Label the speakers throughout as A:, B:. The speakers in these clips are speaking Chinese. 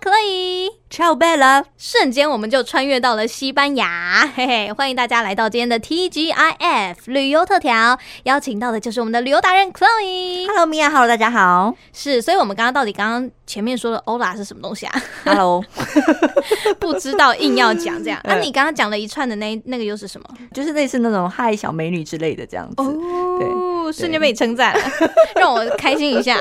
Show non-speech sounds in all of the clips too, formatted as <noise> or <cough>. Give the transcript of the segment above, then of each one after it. A: 可以。
B: Ciao Bella，
A: 瞬间我们就穿越到了西班牙， <laughs> 嘿嘿！欢迎大家来到今天的 TGIF 旅游特调，邀请到的就是我们的旅游达人 Chloe。
B: Hello Mia，Hello 大家好
A: 是，所以我们刚刚到底刚刚前面说的 Ola 是什么东西啊？ <laughs>
B: ，Hello， <laughs>
A: 不知道，硬要讲这样。那、
B: 嗯
A: 你刚刚讲了一串的那那个又是什么？
B: 就是类似那种嗨小美女之类的这样子。
A: 哦，瞬间被你称赞了， <laughs> 让我开心一下。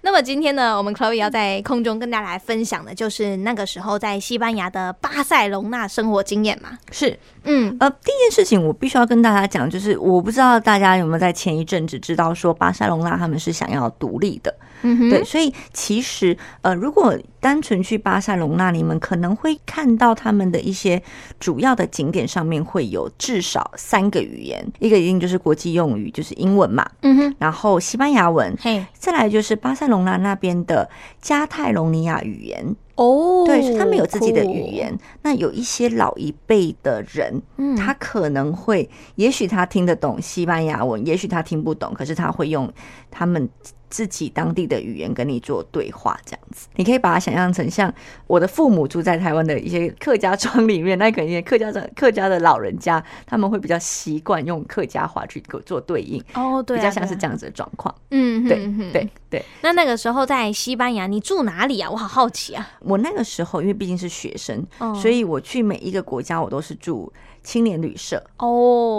A: 那么今天呢，我们 Chloe 要在空中跟大家来分享的就是那个时候在西班牙的巴塞隆纳生活经验嘛。
B: 是，
A: 嗯，
B: 呃，第一件事情我必须要跟大家讲，就是我不知道大家有没有在前一阵子知道说巴塞隆纳他们是想要独立的，
A: 嗯哼，
B: 对，所以其实呃，如果单纯去巴塞隆纳，你们可能会看到他们的一些主要的景点上面会有至少三个语言，一个一定就是国际用语，就是英文嘛，
A: 嗯哼，
B: 然后西班牙文，
A: 嘿，
B: 再来就是巴塞隆纳那边的加泰隆尼亚语言，
A: 哦
B: 对，是他们有自己的语，言。那有一些老一辈的人，
A: 嗯，
B: 他可能会，也许他听得懂西班牙文，也许他听不懂，可是他会用他们自己当地的语言跟你做对话，这样子。你可以把它想象成像我的父母住在台湾的一些客家庄里面，那 <laughs> 可能一些客家庄客家的老人家，他们会比较习惯用客家话去做对应，
A: 哦，对、啊，
B: 比较像是这
A: 样，
B: 样子的状况。
A: 嗯，
B: 对
A: 哼哼
B: 对。对，
A: 那那个时候在西班牙，你住哪里啊？我好好奇啊。
B: 我那个时候因为毕竟是学生，
A: 哦
B: 所以我去每一个国家我都是住青年旅社。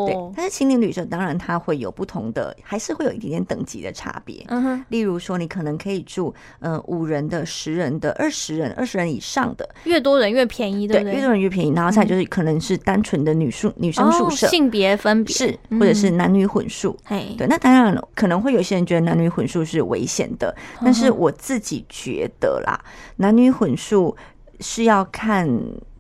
B: 对
A: 哦，，
B: 但是青年旅社当然它会有不同的，还是会有一点点等级的差别。
A: 嗯哼，
B: 例如说，你可能可以住呃五人的、十人的、二十人、二十人以上的，
A: 越多人越便宜，对不对？嗯
B: 越多人越便宜。然后再就是可能是单纯的女宿、女生宿舍
A: 哦、，性别分别，
B: 是
A: 嗯
B: 或者是男女混宿。
A: 嘿，
B: 对，那当然了，可能会有些人觉得男女混宿是危险的，
A: 嗯
B: 但是我自己觉得啦，男女混宿是要看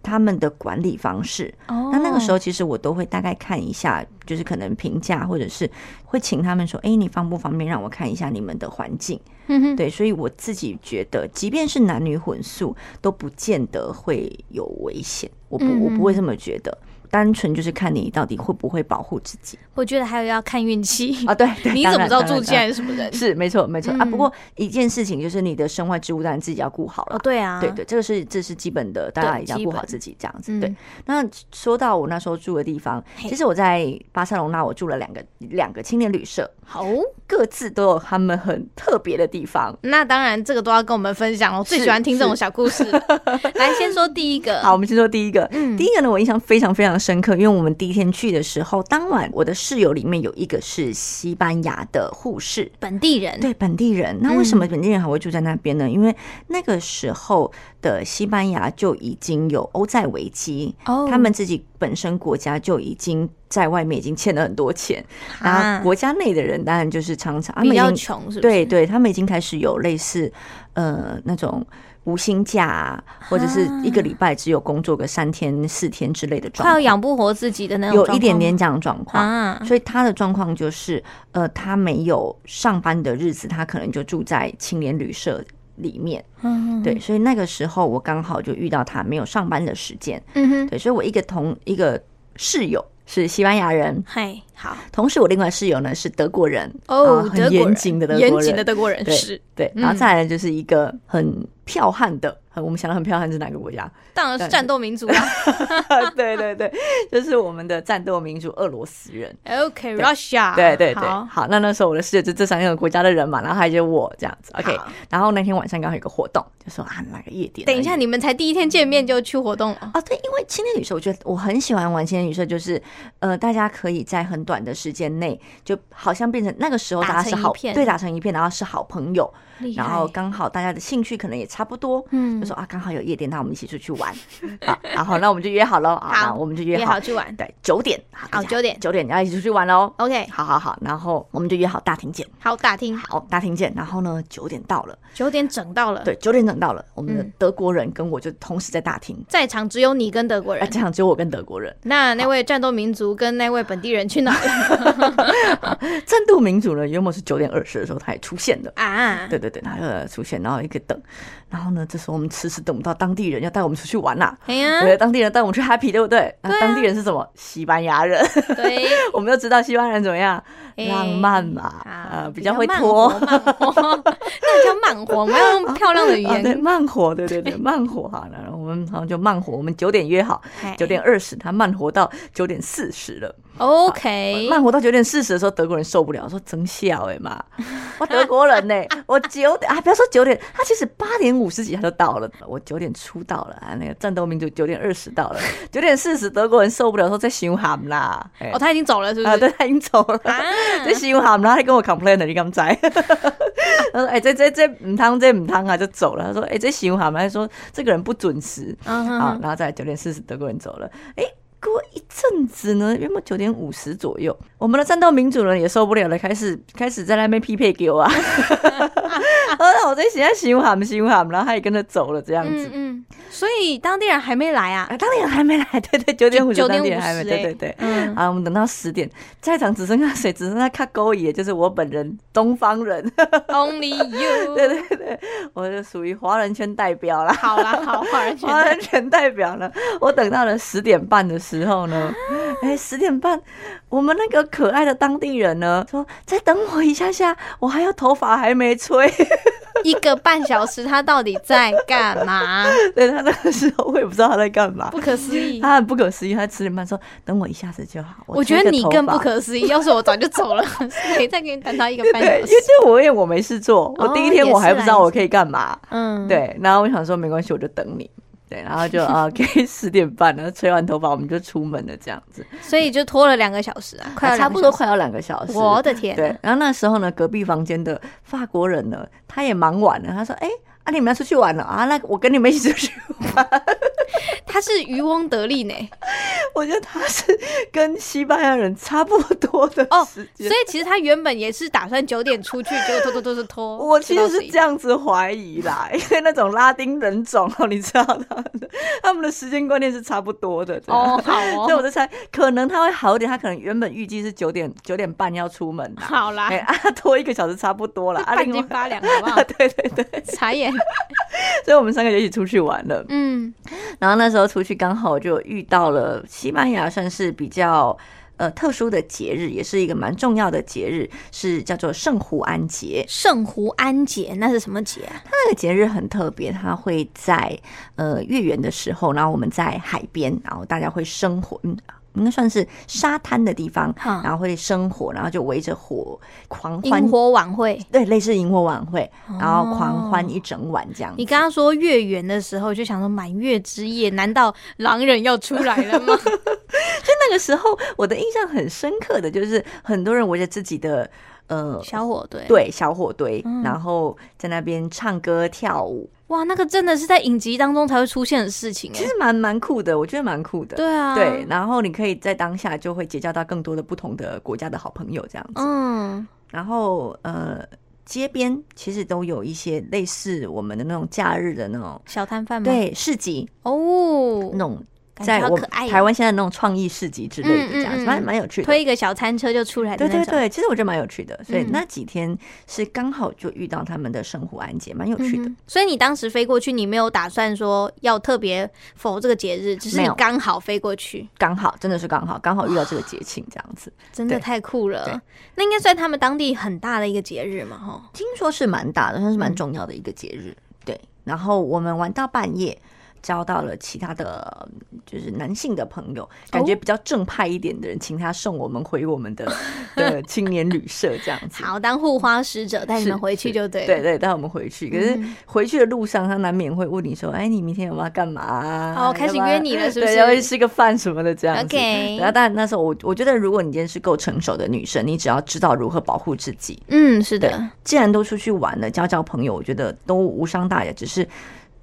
B: 他们的管理方式。
A: 哦
B: 那那个时候，其实我都会大概看一下，就是可能评价，或者是会请他们说：“哎、你方不方便让我看一下你们的环境
A: 嗯哼？”
B: 对，所以我自己觉得，即便是男女混宿，都不见得会有危险。我
A: 嗯
B: 不，我不会这么觉得。单纯就是看你到底会不会保护自己
A: 我觉得还有要看运 <laughs> 气。
B: 啊！对，对
A: 你
B: 当
A: 怎么
B: 然
A: 知道
B: 当然
A: 住
B: 当
A: 进
B: 然
A: 来是什么人？
B: 是没错，没错、啊。
A: 嗯
B: 不过一件事情就是你的身外之物，当然自己要顾好了。
A: 哦，对啊，
B: 对对，这个是这是基本的，大
A: 对
B: 家一定
A: 基
B: 要顾好
A: 本
B: 自己这样子。
A: 嗯
B: 对，那说到我那时候住的地方，
A: 嘿
B: 其实我在巴塞隆纳，我住了两个两个青年旅社，
A: 好，
B: 各自都有他们很特别的地方。
A: 那当然这个都要跟我们分享哦。最
B: 是
A: 喜欢听这种小故
B: <laughs>
A: 事了。来，先说第一个，
B: 好，我，们先说第一个。
A: 嗯
B: 第一个呢，我印象非常非常深刻，因为我们第一天去的时候，当晚我的室友里面有一个是西班牙的护士，
A: 本地人，
B: 对本地人。那为什么
A: 嗯
B: 本地人还会住在那边呢？因为那个时候的西班牙就已经有欧债危机，
A: 哦
B: 他们自己本身国家就已经在外面已经欠了很多钱，然
A: 啊
B: 后国家内的人当然就是常常他
A: 比
B: 们
A: 较
B: 已经
A: 穷，是不是？
B: 啊对对，他们已经开始有类似呃那种。无薪假、啊，或者是一个礼拜只有工作个三天四天之类的状
A: 快要
B: 况，
A: 养不活自己的那种
B: 有
A: 状况，
B: 一点点这样的状况。
A: 啊，
B: 所以他的状况就是，呃，他没有上班的日子，他可能就住在青年旅社里面。
A: 嗯，
B: 对，所以那个时候我刚好就遇到他没有上班的时间。
A: 嗯哼，
B: 对，所以我一个同一个室友是西班牙人，
A: 嗨，好
B: 同时我另外室友呢是德国人，
A: 哦
B: 啊，
A: 德
B: 很
A: 国
B: 严
A: 人，
B: 谨的德
A: 严
B: 国
A: 谨的
B: 人，
A: 德国人
B: 对
A: 是，
B: 对，
A: 嗯
B: 然后再来就是一个很剽悍的，很我们想到很剽悍是哪个
A: <laughs>
B: 国家？
A: 当然是
B: 对
A: 战斗民族啊。
B: <laughs> 对对对，就是我们的战斗民族俄罗斯人。
A: OK Russia，
B: 对对对，
A: 好
B: 好，那那时候我的室友就这三个国家的人嘛，然后还有我这样子，OK
A: 好。
B: 然后那天晚上刚好有个活动，就说啊哪个夜店？
A: 等一下，
B: 哪个
A: 你们才第一天见面就去活动了？
B: 哦，对，因为青年旅社，我觉得我很喜欢玩青年旅社，就是呃，大家可以在很短的时间内，就好像变成那个时候
A: 打
B: 大家是
A: 成一
B: 好
A: 片
B: 对打成一片，然后是好朋友，
A: 厉害
B: 然后刚好大家的兴趣可能也差不多，
A: 嗯
B: 就说啊刚好有夜店，那我们一起出去
A: <laughs>
B: 玩，好，然后那我们就约好喽，啊，
A: 好
B: 那我们就约
A: 也好
B: 好，
A: 去玩。
B: 对，九点，好大
A: 好
B: 家
A: 9点
B: 九点要一起出去玩喽。
A: OK，
B: 好好好，然后我们就约好大厅见。
A: 好打听，
B: 好，大厅见。然后呢，九点到了，
A: 九点整到了。，
B: 对，九点整到了。我们的
A: 嗯
B: 德国人跟我就同时在大厅，
A: 在场只有你跟德国
B: 哎、
A: 人。
B: 这样只有我跟德国人。 <laughs>
A: 那那位战斗民族跟那位本地人去哪了
B: 战斗民族呢，原本是九点二十的时候他也出现了。
A: 啊？
B: 对对对，他就出现，然后一个等，然后呢，这时候我们迟迟等不到当地人要带我们出去玩啦、
A: 哎
B: 对，
A: 呀，
B: 当地人带我们去 happy，对不
A: 啊
B: 对？那、当地人是什么？西班牙人， <laughs>
A: 对，
B: 我们就知道西班牙人怎么样，
A: 哎
B: 浪漫嘛，
A: 啊
B: 呃，比较会拖， <laughs>
A: 慢活慢活那叫慢慢活，我们要用漂亮的语
B: 啊，对，
A: 言。
B: 慢活，对
A: <laughs>
B: 对对，慢活好了，我们好像就慢活，我们九点约好，
A: 哎
B: 九点二十，他慢活到九点四十了。
A: OK，
B: 慢活到九点四十的时候，德国人受不了，说真笑哎
A: <laughs>
B: 妈，我德国人呢、我九点啊，不要说九点，他其实八点五十几他就到了，我九点出到了啊，那个战斗民族九点二十到了，九点四十德国人受不了，说在凶喊啦，哎
A: 哦，他已经走了，是不
B: 啊，
A: 是？
B: 对他已经走了。
A: 啊，
B: 这信用卡啦，他跟我 complain 了，你敢知？他说：“哎、这这这唔汤，这唔汤啊，就走了。”他说：“哎、这信用卡啦，他说这个人不准时。
A: 嗯哼
B: 好，
A: 哼
B: 然后再九点四十，德国人走了。哎、过一阵子呢，约莫九点五十左右，我们的战斗民主人也受不了了，开始开始在那边匹配给我啊。 <laughs> 然后我在想，信用卡，信用卡，然后他也跟着走了，这样子。
A: 嗯嗯，所以当地人还没来啊。
B: 啊，当年还没来，对对，九点五十，
A: 9:50
B: 当年还没，
A: 欸
B: 对对对，
A: 嗯
B: 啊，我们等到十点，在场只剩下谁？只剩下卡勾也就是我本人，东方人， <laughs>
A: Only you，
B: 对对对，我就属于华人圈代表啦，
A: 好啦，好，华人圈
B: 华人圈代 <laughs> 表呢，我等到了十点半的时候呢，哎，十点半，我们那个可爱的当地人呢，说再等我一下下，我还有头发还没吹， <laughs>
A: 一个半小时，他到底在干嘛？
B: 对他那个时候我也不知道他在干嘛。
A: 不可思议。
B: 他很不可思议，他十点半说：“等 <laughs> 我一下子就好。
A: 我
B: 吹
A: 觉得
B: 个
A: 你
B: 头
A: 更
B: 发
A: 不可思议，要是我早就走了， <laughs> 谁再给你等到一个半
B: <laughs> 对，
A: 小
B: 因为
A: 时？
B: 这我也我没事做，我
A: 哦
B: 第一天
A: 也
B: 我还
A: 是
B: 不知
A: 啦
B: 道
A: 也
B: 我
A: 是
B: 可以干嘛。
A: 嗯，，
B: 对，然后我想说没关系，我就等你。对，然
A: <laughs>
B: 后就啊，可以十点半，然后吹完头发我们就出门了，这样子，
A: 所以就拖了两个小时啊，快要
B: 啊差
A: 两个
B: 不多
A: 小
B: 快要两个小时。
A: 时。我的天，
B: 对，，然后那时候呢，隔壁房间的法国人呢，他也忙完了，他说：“哎、啊，你们要出去玩了啊？那我跟你们一起出去。
A: 他是渔翁得利呢。”
B: 我觉得他是跟西班牙人差不多的
A: 哦
B: 时
A: 所
B: 间。
A: 以其实他原本也是打算九点出去，结果拖拖拖拖拖。
B: 我其实是这
A: 样，
B: 样子怀疑啦， <laughs> 因为那种拉丁人种哦，你知道他们的， <laughs> 他们的时间观念是差不多的。对啊
A: 哦，好
B: <laughs> 所以我
A: 哦，
B: 在猜，可能他会好一点，他可能原本预计是九点九点半要出门啦，
A: 好啦
B: 哎、，啊， <laughs> 多一个小时差不多啦。啊，
A: 半
B: 另
A: 斤
B: 外。
A: 八两，好
B: <laughs>
A: 不好
B: 啊，？对对对，
A: 傻眼，
B: 所以我们三个就一起出去玩了。
A: 嗯，
B: 然后那时候出去刚好就遇到了西班牙，算是比较呃特殊的节日，也是一个蛮重要的节日，是叫做圣胡安节。
A: 圣胡安节那是什么节啊？
B: 那个节日很特别，它会在呃月圆的时候，然后我们在海边，然后大家会生火，嗯，应该算是沙滩的地方，
A: 哈
B: 然后会生火，然后就围着嗯火狂欢
A: 萤，火晚会。
B: 对，类似萤火晚会，然后狂欢
A: 哦
B: 一整晚这样子。
A: 你刚刚说月圆的时候，就想说满月之夜，难道狼人要出来了 <laughs> 吗？
B: 那个时候，我的印象很深刻的就是很多人围着自己的呃
A: 小火堆，，
B: 对小火堆，
A: 嗯
B: 然后在那边唱歌跳舞，
A: 哇，那个真的是在影集当中才会出现的事情
B: 其
A: 哎。
B: 实蛮蛮酷的，我觉得蛮酷的。
A: 对啊，
B: 对，，然后你可以在当下就会结交到更多的不同的国家的好朋友这样子。
A: 嗯，
B: 然后呃，街边其实都有一些类似我们的那种假日的那种
A: 小摊贩吗？，
B: 对市集
A: 哦，
B: 那种。
A: 嗯感觉
B: 在
A: 好
B: 我
A: 可爱哦
B: 台湾现在那种创意市集之类
A: 嗯嗯
B: 的，这样
A: 嗯
B: 子蛮蛮有趣的。
A: 推一个小餐车就出来的
B: 对
A: 那
B: 对
A: 种。
B: 对，其实我觉得蛮有趣的。所以
A: 嗯
B: 那几天是刚好就遇到他们的圣胡安节，蛮有趣的。
A: 嗯哼所以你当时飞过去，你没有打算说要特别否这个节日，只是
B: 没
A: 你
B: 有
A: 刚好飞过去，
B: 刚好真的是刚好，刚好遇到这个节庆这样子。
A: 真的
B: 对
A: 太酷
B: 对嗯
A: 了。那应该算他们当地很大的一个节日嘛，吼。
B: 听说是蛮大的，算是蛮重要的一个节日。对，然后我们玩到半夜。交到了其他的，就是男性的朋友，感觉比较正派一点的人，请他送我们回
A: <laughs>
B: 我们的的青年旅社这样子。
A: 好，当护花使者带你们
B: 是
A: 回去
B: 是
A: 就对了。嗯
B: 对对，带我们回去。可是回去的路上，他难免会问你说：“哎，你明天有没有要干嘛啊？”
A: 哦，开始约你了，是不
B: 对，
A: 是
B: 要去吃个饭什么的这样子。
A: ？OK，
B: 然后，但那时候我我觉得，如果你今天是够成熟的女生，你只要知道如何保护自己。
A: 嗯，是
B: 对
A: 的，，
B: 既然都出去玩了，交交朋友，我觉得都无伤大雅。只是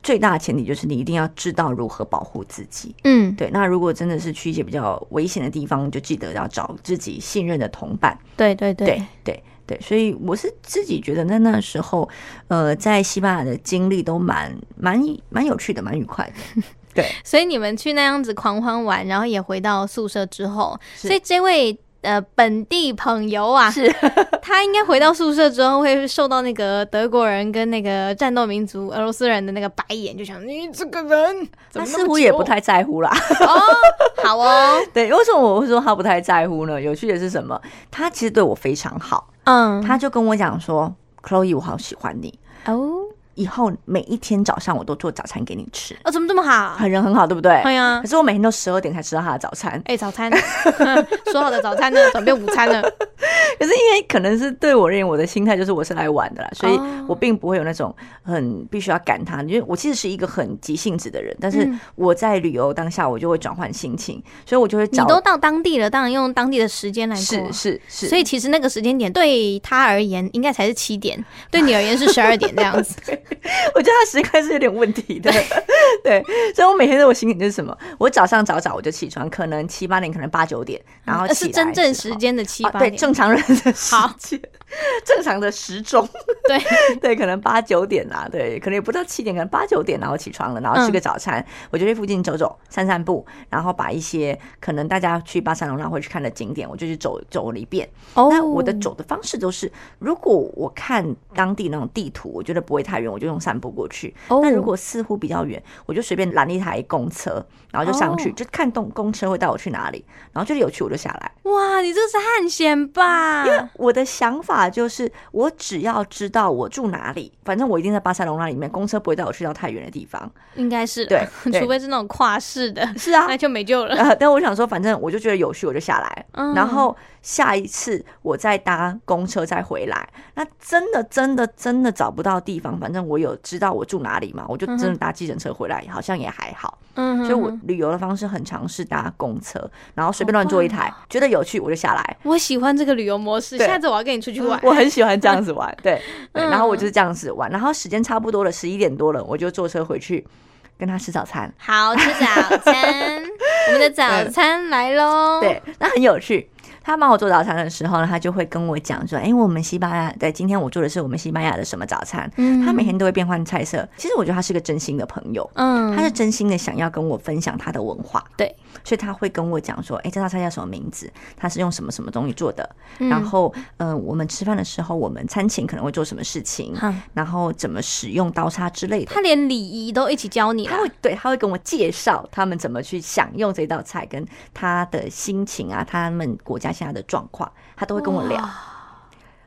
B: 最大的前提就是你一定要知道如何保护自己。
A: 嗯，
B: 对，那如果真的是去一些比较危险的地方，就记得要找自己信任的同伴。
A: 对对对
B: 对对对，所以我是自己觉得，那那时候，呃，在西班牙的经历都蛮蛮蛮有趣的，蛮愉快的。
A: 所以你们去那样子狂欢完，然后也回到宿舍之后，
B: 是
A: 所以这位。呃，本地朋友啊，
B: 是
A: <laughs> 他应该回到宿舍之后会受到那个德国人跟那个战斗民族俄罗斯人的那个白眼，就想你这个人怎
B: 他
A: 么那么
B: 似乎也
A: 丑
B: 不太在乎啦。
A: <laughs> 哦，好哦，
B: 对，为什么我会说他不太在乎呢？有趣的是什么？他其实对我非常好，
A: 嗯，
B: 他就跟我讲说：“Chloe，我好喜欢你。”
A: 哦，
B: 以后每一天早上我都做早餐给你吃，
A: 哦，怎么这么好？
B: 很人很好，对不对？
A: 哎呀
B: 可，是我每天都十二点才吃到他的早餐， <laughs>
A: 哎，早餐，嗯说好的早餐呢？准备午餐 <laughs> 了。
B: 可是因为可能是对我而言，我的心态就是我是来玩的啦，所以
A: 哦
B: 我并不会有那种很必须要赶他，因为我其实是一个很急性子的人，但是
A: 嗯
B: 我在旅游当下我就会转换心情，所以我就会
A: 你
B: 找
A: 都到当地了，当然用当地的时间来过啊。
B: 是是是，
A: 所以其实那个时间点对他而言应该才是七点，对你而言是十二点这
B: <laughs>
A: 样子。
B: 我觉得他时间是有点问题的，对，所以我每天的我心情就是什么，我早上早早我就起床，可能七八点，可能八九点，然后
A: 呃
B: 起
A: 是
B: 来
A: 真正
B: 之
A: 时
B: 后
A: 间的七
B: 啊
A: 八
B: 对
A: 点，
B: 正常人的时
A: 好
B: 间， <laughs> 正常的时钟，
A: <laughs> 对
B: <laughs> 对，可能八九点啦，对，可能也不到七点，可能八九点，然后起床了，然
A: 嗯
B: 后吃个早餐，我就去附近走走、散散步，然后把一些可能大家去巴塞隆那会去看的景点，我就去走走了一遍。
A: 哦
B: 那我的走的方式都是，如果我看当地那种地图，我觉得不会太远，我就用散步过去。
A: 哦
B: 那如果似乎比较远，我就随便拦一台公车，然后就上去，
A: 哦
B: 就看动公车会带我去哪里，然后觉得有趣我就下来。
A: 哇，你这是探险吧？
B: 我的想法就是，我只要知道我住哪里，反正我一定在巴塞隆那里面，公车不会带我去到太远的地方。
A: 应该是 <laughs>
B: 对对
A: 除非是那种跨市的，
B: 是啊
A: 那，就没 <laughs> 救了。
B: 呃，但我想说，反正我就觉得有趣，我就下来。
A: 嗯
B: 然后下一次我再搭公车再回来，那真的真的真的找不到地方，反正我有知道我住哪里嘛，我就真的搭计程车回来，好像也还好。
A: 嗯哼
B: 所以我
A: 哼
B: 旅游的方式很尝试搭公车，然后随便乱坐一
A: 哦
B: 台，觉得有趣我就下来。
A: 我喜欢这个旅游模式，
B: 对
A: 下次我要跟你出去玩。
B: <laughs> 我很喜欢这样子玩，
A: <laughs>
B: 对，对
A: 嗯
B: 然后我就是这样子玩，然后时间差不多了，十一点多了，我就坐车回去跟他吃早餐，
A: 好吃早餐，我们的早餐来喽。，
B: <laughs> 对，那很有趣。他帮我做早餐的时候呢，他就会跟我讲说：“哎、我们西班牙，对，今天我做的是我们西班牙的什么早餐。”
A: 嗯
B: 他每天都会变换菜色。其实我觉得他是个真心的朋友，
A: 嗯，
B: 他是真心的想要跟我分享他的文化，
A: 对，
B: 所以他会跟我讲说：“哎、这道菜叫什么名字？它是用什么什么东西做的？
A: 嗯
B: 然后，嗯、我们吃饭的时候，我们餐前可能会做什么事情？
A: 好
B: 然后怎么使用刀叉之类的。
A: 他连礼仪都一起教你
B: 他
A: 了。
B: 会对，他会跟我介绍他们怎么去享用这道菜，跟他的心情啊，他们国家现在的状况，他都会跟我聊，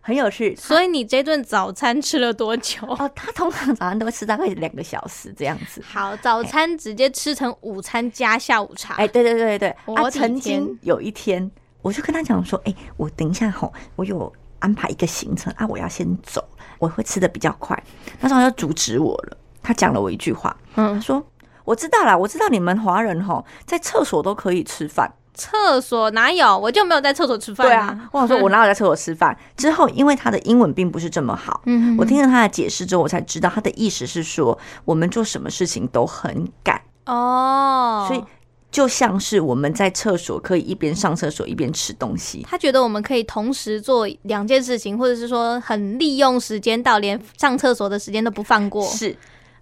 B: 很有趣。
A: 哦所以你这顿早餐吃了多久？
B: 哦，他通常早上都会吃大概两个小时这样子。
A: 好，早餐直接吃成午餐加下午茶。
B: 哎，对对对对，
A: 啊我
B: 啊，
A: 的
B: 曾
A: 天
B: 经有一天，我就跟他讲说，哎，我等一下吼，我有安排一个行程啊，我要先走，我会吃的比较快。那时候他就阻止我了，他讲了我一句话，他
A: 嗯，
B: 说。我知道啦，我知道你们华人吼在厕所都可以吃饭，
A: 厕所哪有？我就没有在厕所吃饭、
B: 对啊，我想说，我哪有在厕所吃饭？之后，因为他的英文并不是这么好，
A: 嗯，嗯，
B: 我听了他的解释之后，我才知道他的意思是说，我们做什么事情都很赶，
A: 哦，
B: 所以就像是我们在厕所可以一边上厕所一边吃东西。
A: 他觉得我们可以同时做两件事情，或者是说很利用时间到连上厕所的时间都不放过。
B: 是。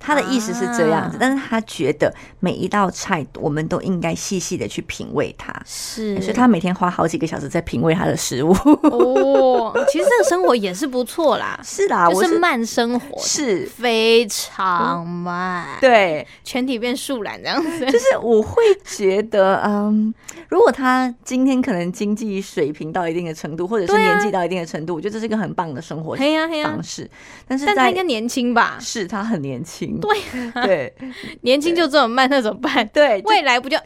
B: 他的意思是这样子，
A: 啊
B: 但是他觉得每一道菜我们都应该细细的去品味它，
A: 是
B: 所以他每天花好几个小时在品味他的食物。
A: 哦，其实这个生活也是不错啦， <laughs>
B: 是啦，
A: 就
B: 我
A: 啊是
B: 是
A: 慢生活，
B: 是，
A: 非常慢，，
B: 对，
A: 全体变树懒这样子。
B: 就是我会觉得，嗯，如果他今天可能经济水平到一定的程度，或者是
A: 对啊
B: 年纪到一定的程度，我觉得这是一个很棒的生活
A: 嘿呀嘿呀
B: 方，式。但是
A: 啊但他
B: 在
A: 应该年轻吧？
B: 是他很年轻，
A: 对啊
B: 对
A: 年轻就这么慢，那怎么办？ <laughs>
B: 对，就
A: 未来不就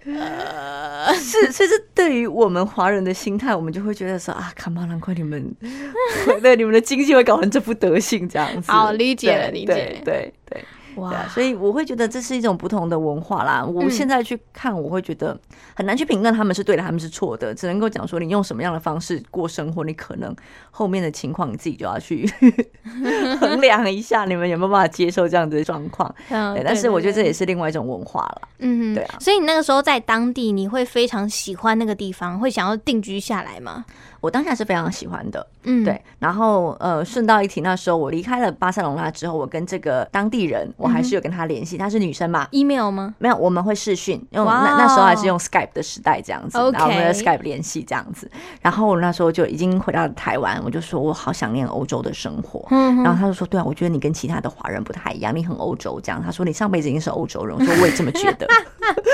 B: 是所以这对于我们华人的心态，我们就会觉得说啊，卡马兰快你们， <laughs> 对你们的经济会搞成这副德性这样子。
A: 好理解了
B: 对
A: 理解
B: 对对对。
A: 哇
B: 对啊，所以我会觉得这是一种不同的文化啦。我
A: 嗯
B: 现在去看，我会觉得很难去评论他们是对的，他们是错的，只能够讲说你用什么样的方式过生活，你可能后面的情况你自己就要去 <laughs> 衡量一下，你们有没有办法接受这样子的状况。
A: 嗯
B: 对，但是我觉得这
A: 也
B: 也是另外一种文化啦。
A: 嗯，
B: 对啊
A: 所以你那个时候在当地，你会非常喜欢那个地方，会想要定居下来吗？
B: 我当下是非常喜欢的，
A: 嗯，
B: 对。然后呃，顺道一提，那时候我离开了巴塞隆纳之后，我跟这个当地人，我还是有跟他联系，她是女生嘛，
A: ，email 吗？
B: 没有，我们会视讯，因为我们
A: 哇
B: 那
A: 哦
B: 那时候还是用 Skype 的时代这样子
A: OK
B: 然后我们在 Skype 联系这样子。然后我那时候就已经回到台湾，我就说我好想念欧洲的生活。
A: 嗯
B: 然后他就说：“对啊，我觉得你跟其他的华人不太一样，你很欧洲这样。”他说：“
A: <laughs>
B: 你上辈子已经是欧洲人。”我说：“我也这么觉得。”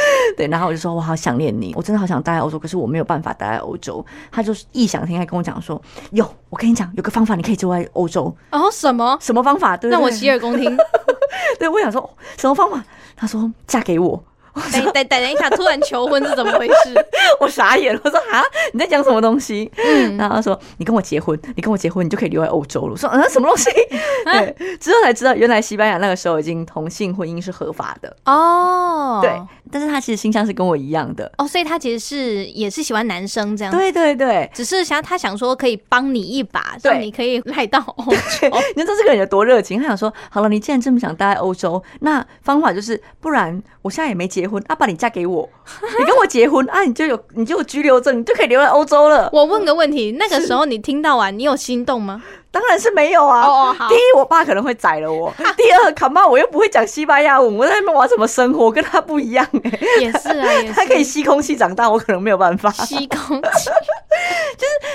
B: <laughs> 对，然后我就说：“我好想念你，我真的好想待在欧洲，可是我没有办法待在欧洲。”他就是异想天开跟我讲说：“有，我跟你讲，有个方法，你可以住在欧洲。
A: 哦，什么？
B: 什么方法？对不对
A: <laughs> 让我洗耳恭听。
B: 对，我想说哦什么方法？他说嫁给我，
A: 等等等一下，突然求婚是怎么回 <laughs> 事？
B: 我傻眼了，我说啊，你在讲什么东西？
A: 嗯，
B: 然后他说你跟我结婚，你跟我结婚，你就可以留在欧洲了。我说嗯，什么东西？对，之后才知道原来西班牙那个时候已经同性婚姻是合法的。
A: 哦，
B: 对，但是他其实倾向是跟我一样的。
A: 哦，所以他其实是也是喜欢男生这样，，
B: 对对对，
A: 只是想他想说可以帮你一把，
B: 对
A: 让你可以来
B: <laughs>
A: 到欧洲。
B: 哦你知道这个人有多热情？他想说，好了，你既然这么想待在欧洲，那方法就是，不然我现在也没结婚，啊，把你嫁给我，你跟我结婚啊，你就有你就有居留证，你就可以留在欧洲了。
A: 我问个问题，那个时候你听到完，你有心动
B: <laughs>
A: 吗？
B: 当然是没有啊。
A: <laughs> 哦哦，好
B: 第，一，我爸可能会宰了我；第二，卡妈我又不会讲西班牙文，我在那边玩什么生活，我跟他不一样、欸。
A: 也是啊，也是。
B: 他可以吸空气长大，我可能没有办法。
A: <laughs> 吸空气，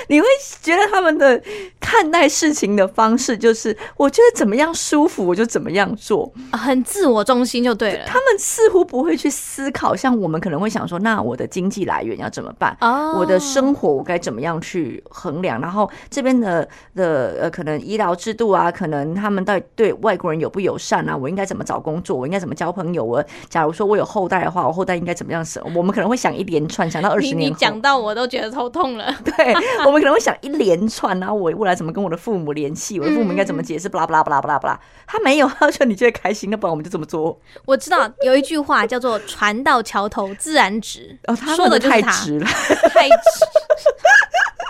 B: 你会觉得他们的看待事情的方式，就是我觉得怎么样舒服，我就怎么样做。
A: 啊很自我中心就对了。
B: 他们似乎不会去思考，像我们可能会想说，那我的经济来源要怎么办？
A: 哦
B: 我的生活我该怎么样去衡量？然后这边的的呃，可能医疗制度啊，可能他们到底对外国人友不友善啊？我应该怎么找工作？我应该怎么交朋友？我假如说我有后代的话，我后代应该怎么样生？我们可能会想一连串，想到二
A: 你
B: 十
A: 你
B: 年后，
A: 讲到我都觉得头痛了。 <laughs>
B: 对，我们可能会想一连串，然后我未来怎么跟我的父母联系？我的父母应该
A: 嗯
B: 怎么解释？巴拉巴拉巴拉巴拉巴拉。他没有，他说你觉得开心，那不然我们就这么做。
A: 我知道有一句话叫做“船到桥头自然直”，
B: 哦，他
A: 说
B: 们
A: 的就是
B: 太
A: 他，
B: 直了。
A: 太直。
B: <laughs>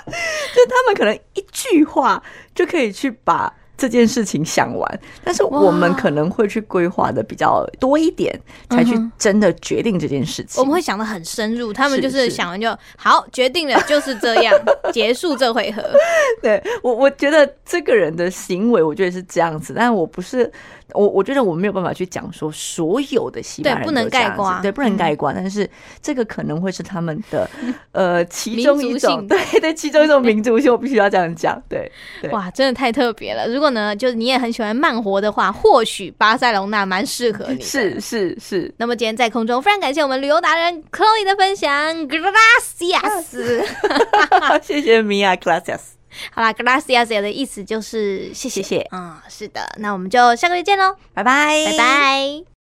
B: 就他们可能一句话就可以去把这件事情想完，但是我们可能会去规划的比较多一点，才去真的决定这件事情。
A: 嗯我们会想的很深入，他们
B: 是
A: 就是
B: 是
A: 想完就好，决定了就是这
B: <laughs>
A: 样，结束这回合。
B: <laughs> 对我，我觉得这个人的行为，我觉得是这样子，但我不是我，我觉得我没有办法去讲说所有的西班牙
A: 对
B: 人
A: 不能
B: 都这样
A: 盖
B: 子
A: 棺嗯
B: 对，不能盖棺，但是这个可能会是他们的呃其中
A: 民
B: 一
A: 族
B: 种，
A: 性
B: 对对，其中一种民族性，我必须要这样讲，对。对
A: 哇，真的太特别了！如果呢，就是你也很喜欢慢活的话，或许巴塞隆纳蛮适合 <laughs> 你。
B: 是。是是， <laughs>
A: 那么今天在空中，非常感谢我们旅游达人 Chloe 的分享，Gracias。
B: <laughs> 谢谢 Mia Gracias，
A: 好啦，Gracias 的意思就是谢
B: 谢
A: 谢。嗯
B: 谢，
A: 啊、是的，那我们就下个月见喽，
B: 拜拜，
A: 拜拜。